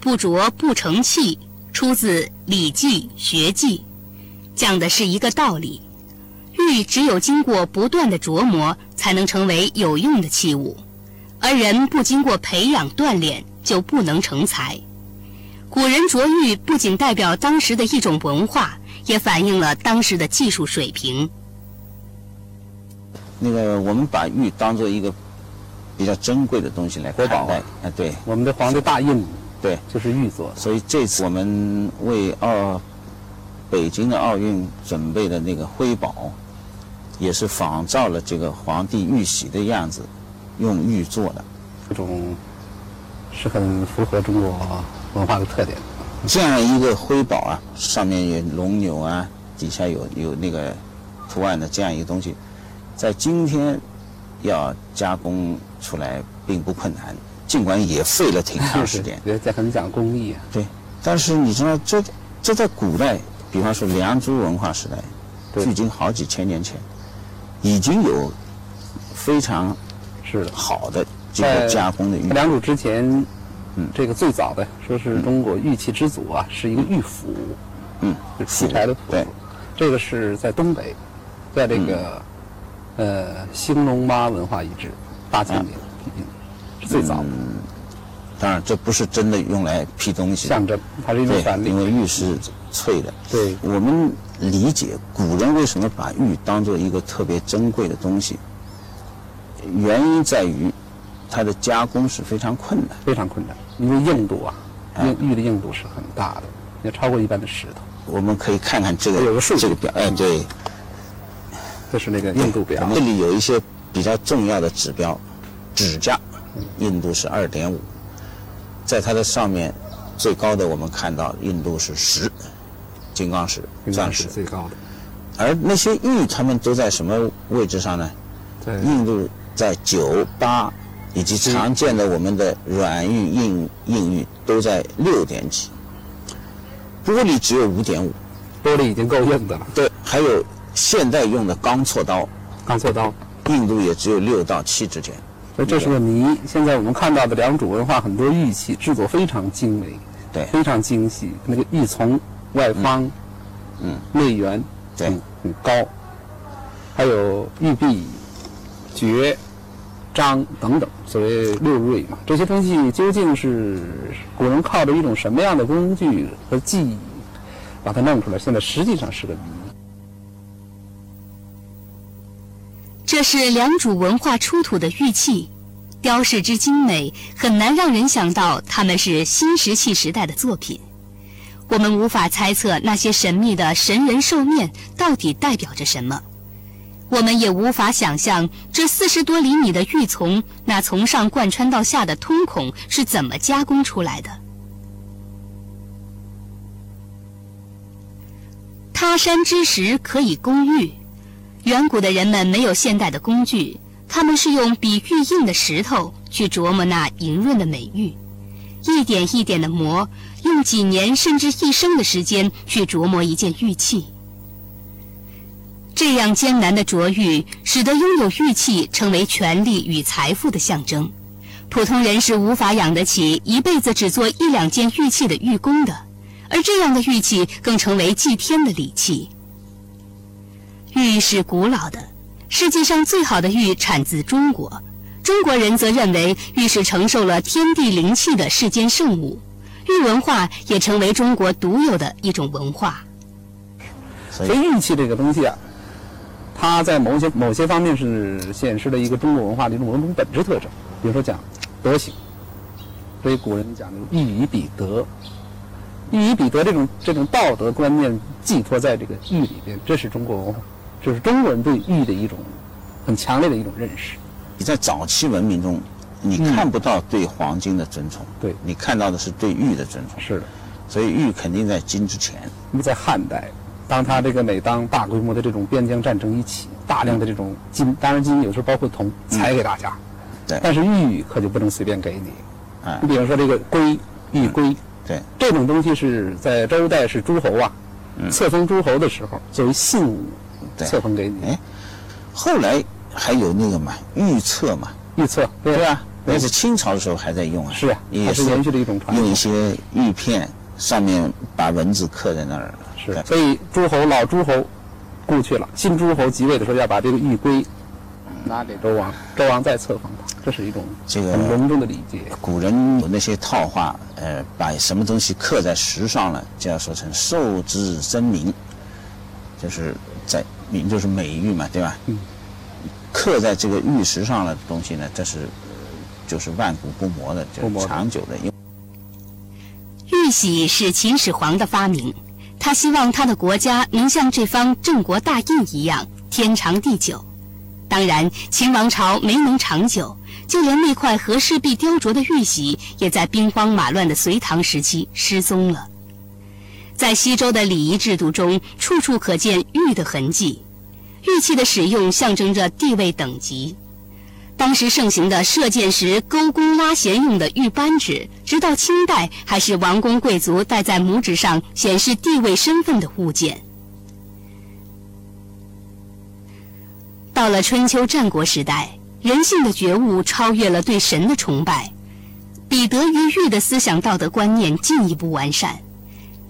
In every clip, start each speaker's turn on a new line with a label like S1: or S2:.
S1: 不着不成器”出自《礼记·学记》，讲的是一个道理：玉只有经过不断的琢磨，才能成为有用的器物，而人不经过培养锻炼，就不能成才。古人琢玉不仅代表当时的一种文化，也反映了当时的技术水平。
S2: 那个我们把玉当做一个比较珍贵的东西来看
S3: 国宝
S2: 待，啊，对
S3: 我们的皇帝大印
S2: 对，
S3: 就是玉做的。
S2: 所以这次我们为奥北京的奥运准备的那个徽宝，也是仿照了这个皇帝玉玺的样子，用玉做的。
S3: 这种是很符合中国文化的特点的。。
S2: 这样一个徽宝啊，上面有龙钮啊，底下有有那个图案的这样一个东西，在今天要加工出来并不困难，尽管也费了挺长时间
S3: 也在很讲工艺啊。
S2: 对，但是你知道这这在古代，比方说良渚文化时代，
S3: 对
S2: 距今好几千年前，已经有非常
S3: 是的，
S2: 好的这
S3: 在
S2: 个嗯加工的玉。
S3: 良渚之前，这个最早的说是中国玉器之祖啊，是一个玉斧，
S2: 嗯，
S3: 就劈柴的斧。
S2: 对，
S3: 这个是在东北，在这个
S2: 嗯
S3: 呃兴隆妈文化遗址大庆里，嗯是最早的
S2: 嗯当然这不是真的用来劈东西的，
S3: 象征，它是一种
S2: 对
S3: 权，
S2: 因
S3: 利。
S2: 为玉是脆的。
S3: 对
S2: 我们理解古人为什么把玉当做一个特别珍贵的东西，原因在于它的加工是非常困难。
S3: 非常困难，因为硬度啊，硬玉的硬度是很大的，要超过一般的石头。
S2: 我们可以看看这个
S3: 有个数据
S2: 这个表，哎，对，
S3: 这是那个硬度表，
S2: 这里有一些比较重要的指标，指甲硬度是二点五，在它的上面最高的我们看到硬度是十，金刚石、钻石
S3: 是，最高的。
S2: 而那些玉它们都在什么位置上呢？
S3: 对，
S2: 硬度在九八，以及常见的我们的软玉、硬硬玉都在六点几，玻璃只有五点五，
S3: 玻璃已经够硬的了，
S2: 对，还有现代用的钢锉刀，
S3: 钢锉刀。
S2: 硬度也只有六到七之间。
S3: 所以这是个谜。现在我们看到的良渚文化很多玉器制作非常精美，
S2: 对
S3: 非常精细。那个玉从外方，
S2: 嗯，
S3: 内圆，
S2: 对
S3: 很很嗯高，还有玉璧、绝、章等等，所谓六瑞嘛。这些东西究竟是古人靠着一种什么样的工具和技艺把它弄出来？现在实际上是个谜。
S1: 这是良渚文化出土的玉器，雕饰之精美，很难让人想到它们是新石器时代的作品。我们无法猜测那些神秘的神人兽面到底代表着什么，我们也无法想象这四十多厘米的玉琮，那从上贯穿到下的通孔是怎么加工出来的。他山之石可以攻玉，远古的人们没有现代的工具，他们是用比玉硬的石头去琢磨那莹润的美玉，一点一点的磨，用几年甚至一生的时间去琢磨一件玉器。这样艰难的琢玉，使得拥有玉器成为权力与财富的象征。普通人是无法养得起一辈子只做一两件玉器的玉工的，而这样的玉器更成为祭天的礼器。玉是古老的，世界上最好的玉产自中国。中国人则认为玉是承受了天地灵气的世间圣物，玉文化也成为中国独有的一种文化。
S2: 对
S3: 所以玉器这个东西啊，它在某些某些方面是显示了一个中国文化的一种某种本质特征，比如说讲德行。所以古人讲的“玉以彼德”，玉以彼德这种这种道德观念寄托在这个玉里边，这是中国文化，这是中国人对玉的一种很强烈的一种认识。
S2: 你在早期文明中，你看不到对黄金的尊崇，
S3: 嗯对
S2: 你看到的是对玉的尊崇，
S3: 是的，
S2: 所以玉肯定在金之前。
S3: 那么在汉代，当他这个每当大规模的这种边疆战争一起，大量的这种金，当然金有时候包括铜，采给大家。
S2: 嗯对
S3: 但是玉可就不能随便给你。
S2: 哎
S3: 你比如说这个龟，玉龟，
S2: 对，
S3: 这种东西是在周代是诸侯啊，册封诸侯的时候作为信物
S2: 嗯对
S3: 册封给你。
S2: 哎后来还有那个嘛，玉册嘛，
S3: 玉册，对
S2: 对
S3: 吧？
S2: 吧？那是清朝的时候还在用啊。
S3: 是啊
S2: 也
S3: 它是延续的一种传统
S2: 用一些玉片上面把文字刻在那儿。
S3: 是
S2: 对，
S3: 所以诸侯老诸侯故去了，新诸侯即位的时候要把这个玉圭拿给周王，周王再册封他，这是一种
S2: 这个
S3: 很隆重的礼节。
S2: 古人有那些套话，呃，把什么东西刻在石上了，就要说成寿之真名，就是在名就是美玉嘛，对吧？嗯。刻在这个玉石上了的东西呢，这是呃就是万古不磨的，就
S3: 不磨
S2: 是
S3: 的
S2: 长久的，因为
S1: 玉玺是秦始皇的发明，他希望他的国家能像这方郑国大印一样天长地久。当然，秦王朝没能长久，就连那块和氏璧雕琢的玉玺，也在兵荒马乱的隋唐时期失踪了。在西周的礼仪制度中，处处可见玉的痕迹。玉器的使用象征着地位等级，当时盛行的射箭时勾弓拉弦用的玉扳指，直到清代还是王公贵族戴在拇指上显示地位身份的物件。到了春秋战国时代，人性的觉悟超越了对神的崇拜，彼得于玉的思想道德观念进一步完善。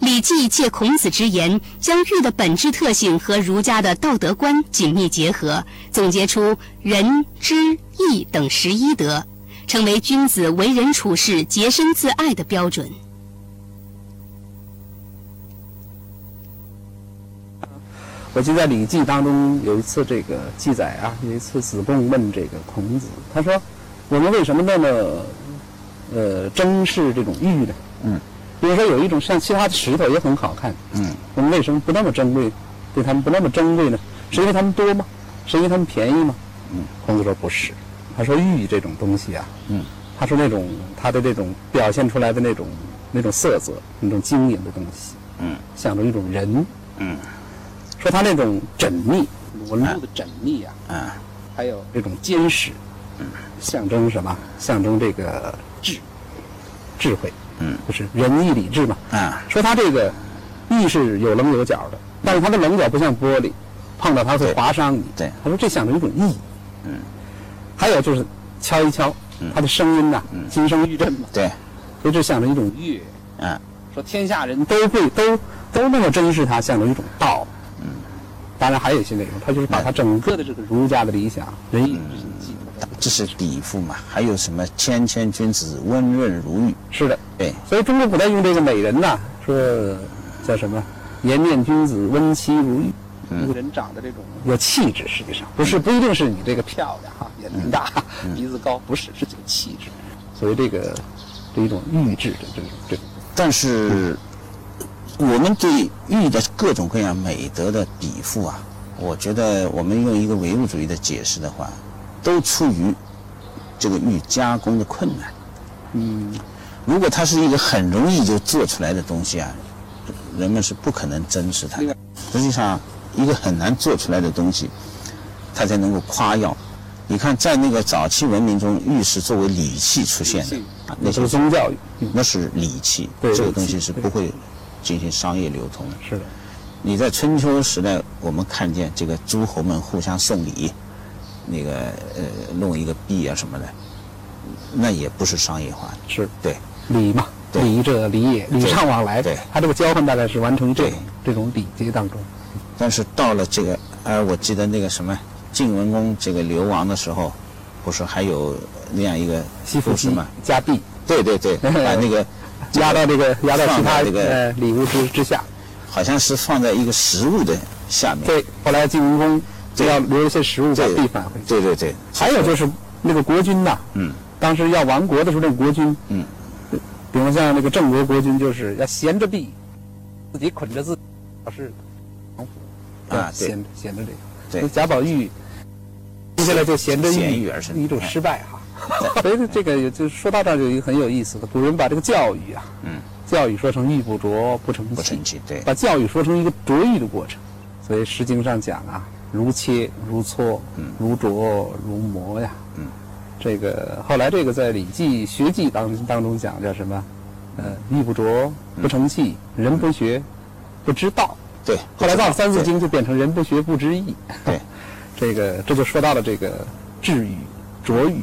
S1: 《礼记》借孔子之言，将玉的本质特性和儒家的道德观紧密结合，总结出仁、知、义等十一德，成为君子为人处事、洁身自爱的标准。
S3: 我记得在《礼记》当中有一次这个记载啊，有一次子贡问这个孔子，他说：“我们为什么那么呃珍视这种玉呢？”
S2: 嗯，
S3: 比如说有一种像其他的石头也很好看，
S2: 嗯，
S3: 我们为什么不那么珍贵，对他们不那么珍贵呢？是因为他们多吗？是因为他们便宜吗？嗯，孔子说不是，他说玉这种东西啊，
S2: 嗯，
S3: 他说那种它的这种表现出来的那种那种色泽、那种晶莹的东西，
S2: 嗯，
S3: 象征一种人，
S2: 嗯哎
S3: 说它那种缜密，纹路的缜密啊，
S2: 啊
S3: 还有这种坚实，
S2: 嗯
S3: 象征什么？象征这个智，智慧，
S2: 嗯，
S3: 就是仁义礼智嘛。
S2: 啊
S3: 说它这个义是有棱有角的，但是它的棱角不像玻璃，碰到它会划伤你。
S2: 对对
S3: 他说这象征一种意义。
S2: 嗯，
S3: 还有就是敲一敲，它的声音呐、金声玉振嘛，
S2: 嗯对
S3: 所以这象征一种乐。
S2: 啊
S3: 说天下人都会都都那么珍视它，象征一种道。嗯，当然还有一些内容，它就是把它整个的这个儒家的理想、仁义之心记住了。
S2: 这是底赋嘛，还有什么谦谦君子，温润如玉，
S3: 是的，
S2: 对，
S3: 所以中国古代用这个美人呐、说叫什么？颜面君子，温妻如玉。一个人长得这种嗯有气质，实际上嗯不是不一定是你这个漂亮哈，眼睛大、 鼻子高，不是，是这个气质。所以这个这一种玉质的这种这种
S2: 但是我们对玉的各种各样美德的比附啊，我觉得我们用一个唯物主义的解释的话，都出于这个玉加工的困难。嗯，如果它是一个很容易就做出来的东西啊，人们是不可能珍视它
S3: 另
S2: 的
S3: 外。
S2: 实际上，一个很难做出来的东西，它才能够夸耀。你看，在那个早期文明中，玉是作为礼器出现的
S3: 礼器，
S2: 啊那
S3: 那
S2: 些
S3: 是宗教育。
S2: 那是礼器，
S3: 嗯对
S2: 这个
S3: 礼器
S2: 东西是不会进行商业流通的。
S3: 是的，
S2: 你在春秋时代，我们看见这个诸侯们互相送礼，那个呃弄一个币啊什么的，那也不是商业化的。
S3: 是
S2: 对
S3: 礼嘛，
S2: 对
S3: 礼这礼也，礼尚往来
S2: 对，
S3: 他这个交换大概是完成于这种
S2: 对
S3: 这种礼节当中。
S2: 但是到了这个，呃，我记得那个什么晋文公这个流亡的时候，不是还有那样一个
S3: 西服
S2: 故事
S3: 西
S2: 吗？
S3: 加币，
S2: 对对 对，把那个
S3: 压到这个压到其
S2: 放
S3: 他
S2: 在这个
S3: 呃礼物之之下。
S2: 好像是放在一个食物的下面。
S3: 对，后来晋文公
S2: 对
S3: 就要留一些食物把
S2: 对
S3: 币返回去。
S2: 对对对，
S3: 还有就是那个国君呐，
S2: 嗯，
S3: 当时要亡国的时候，那个国君，
S2: 嗯，
S3: 比如像那个郑国国君，就是要衔着币，自己捆着自己，表示王府
S2: 啊对
S3: 衔衔着这个。
S2: 对
S3: 那贾宝玉接下来就衔着
S2: 衔
S3: 玉
S2: 玉而生
S3: 一种失败哈。
S2: 哎
S3: 所以这个有就说到这儿就有一个很有意思的，古人把这个教育啊，
S2: 嗯，
S3: 教育说成玉不琢不成
S2: 不
S3: 器
S2: 成，器，对。
S3: 把教育说成一个琢玉的过程。所以《诗经》上讲啊，如切如磋，如琢如磨呀。
S2: 嗯，
S3: 这个后来这个在《礼记·学记当》当中讲叫什么？呃，玉不琢
S2: 嗯
S3: 不成器，人不学不知道。
S2: 对，
S3: 后来到了《三字
S2: 对
S3: 经》就变成人不学 不知义。
S2: 对，
S3: 这个这就说到了这个智语、拙语，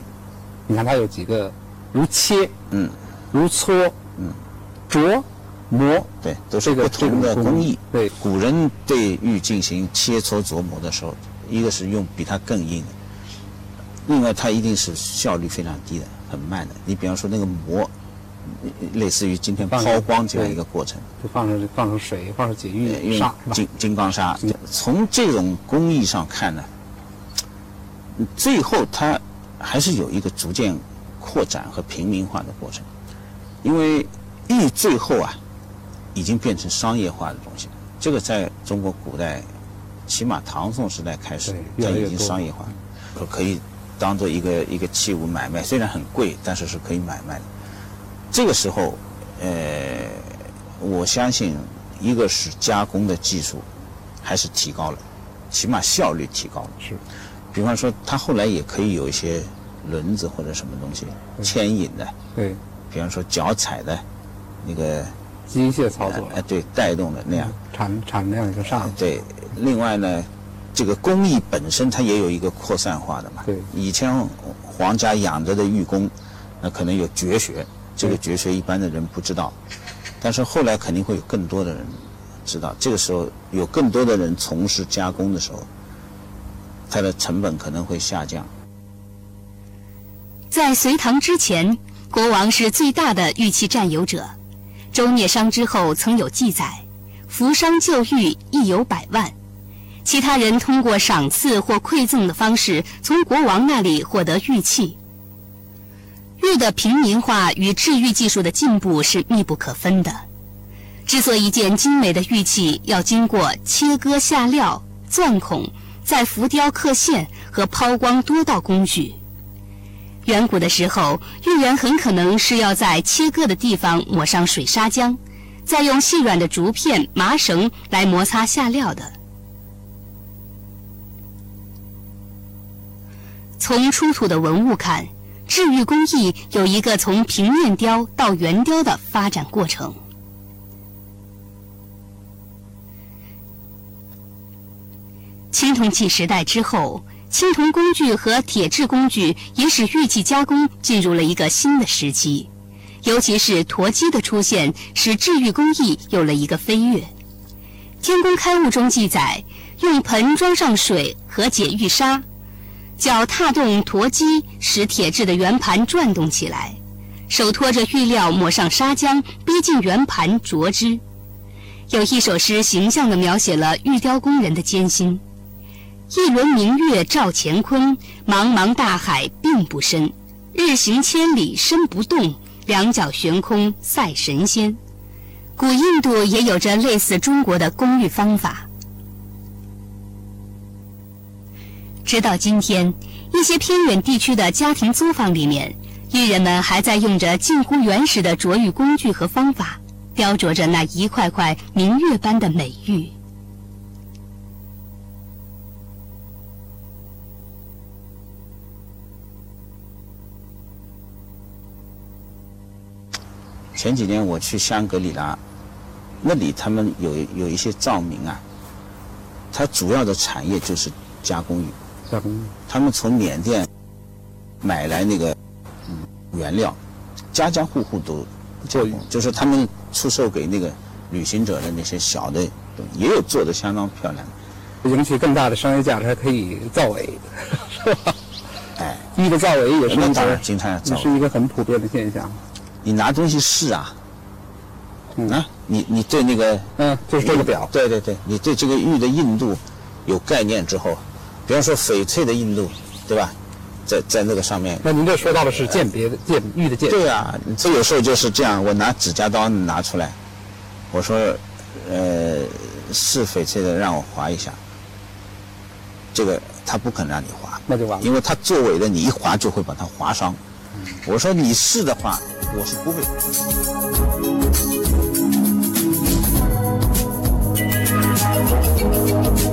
S3: 你看它有几个，如切，
S2: 嗯，
S3: 如搓，嗯，琢磨，
S2: 对，都是
S3: 这个
S2: 不同的
S3: 这个工
S2: 工
S3: 艺
S2: 艺。
S3: 对
S2: 古人对玉进行切磋琢磨的时候，一个是用比它更硬的，另外它一定是效率非常低的，很慢的。你比方说那个磨，类似于今天
S3: 放
S2: 抛
S3: 着
S2: 光这样
S3: 对
S2: 一个过程，
S3: 就放上放上水，放上解
S2: 呃用
S3: 玉砂是吧？
S2: 金金刚砂。从这种工艺上看呢，最后它还是有一个逐渐扩展和平民化的过程，因为玉最后啊已经变成商业化的东西了。这个在中国古代，起码唐宋时代开始，
S3: 对
S2: 它
S3: 越来越
S2: 已经
S3: 多
S2: 商业化了，说可以当做一个一个器物买卖，虽然很贵，但是是可以买卖的。这个时候，呃，我相信一个是加工的技术还是提高了，起码效率提高了。
S3: 是，
S2: 比方说，它后来也可以有一些轮子或者什么东西牵引的，
S3: 对，
S2: 比方说脚踩的，那个
S3: 机械操
S2: 呃
S3: 作
S2: 呃对带动的那样。
S3: 产产量一个上去，
S2: 对，另外呢，这个工艺本身它也有一个扩散化的嘛。
S3: 对
S2: 以前皇家养着的御工，那可能有绝学，这个绝学一般的人不知道，但是后来肯定会有更多的人知道。这个时候有更多的人从事加工的时候，它的成本可能会下降。
S1: 在隋唐之前，国王是最大的玉器占有者。周灭商之后，曾有记载，扶商救玉亦有百万。其他人通过赏赐或馈赠的方式，从国王那里获得玉器。玉的平民化与制玉技术的进步是密不可分的。制作一件精美的玉器，要经过切割、下料、钻孔、再浮雕、刻线和抛光多道工序。远古的时候，玉人很可能是要在切割的地方抹上水砂浆，再用细软的竹片、麻绳来摩擦下料的。从出土的文物看，制玉工艺有一个从平面雕到圆雕的发展过程。青铜器时代之后，青铜工具和铁制工具也使玉器加工进入了一个新的时期，尤其是驼机的出现，使制玉工艺有了一个飞跃。《天工开物》中记载，用盆装上水和解玉砂，脚踏动驼机，使铁制的圆盘转动起来，手托着玉料抹上砂浆，逼近圆盘琢之。有一首诗形象地描写了玉雕工人的艰辛。一轮明月照乾坤，茫茫大海并不深。日行千里身不动，两脚悬空赛神仙。古印度也有着类似中国的工艺方法。直到今天，一些偏远地区的家庭作坊里面，艺人们还在用着近乎原始的琢玉工具和方法，雕琢着那一块块明月般的美玉。
S2: 前几年我去香格里拉，那里他们有有一些藏民啊，它主要的产业就是加工玉。
S3: 加工
S2: 他们从缅甸买来那个嗯原料，家家户户都
S3: 做玉
S2: 就是他们出售给那个旅行者的那些小的，也有做的相当漂亮的。
S3: 引起更大的商业价值，还可以造 伪，是吧？
S2: 哎，
S3: 玉的造伪也是
S2: 那
S3: 一
S2: 当
S3: 个
S2: 然，，金灿
S3: 也
S2: 造，
S3: 是一个很普遍的现象。
S2: 你拿东西试啊，啊，你你对那个
S3: 嗯，就是嗯这个表，
S2: 对对对，你对这个玉的硬度有概念之后，比方说翡翠的硬度，对吧？在在那个上面
S3: 那您这说到的是鉴别的鉴玉的鉴，
S2: 对啊，这有时候就是这样。我拿指甲刀拿出来，我说，呃，是翡翠的，让我划一下。这个他不肯让你划，
S3: 那就完了
S2: 因为他作伪的，你一划就会把它划伤。我说你是的话，我是不会。
S4: Thank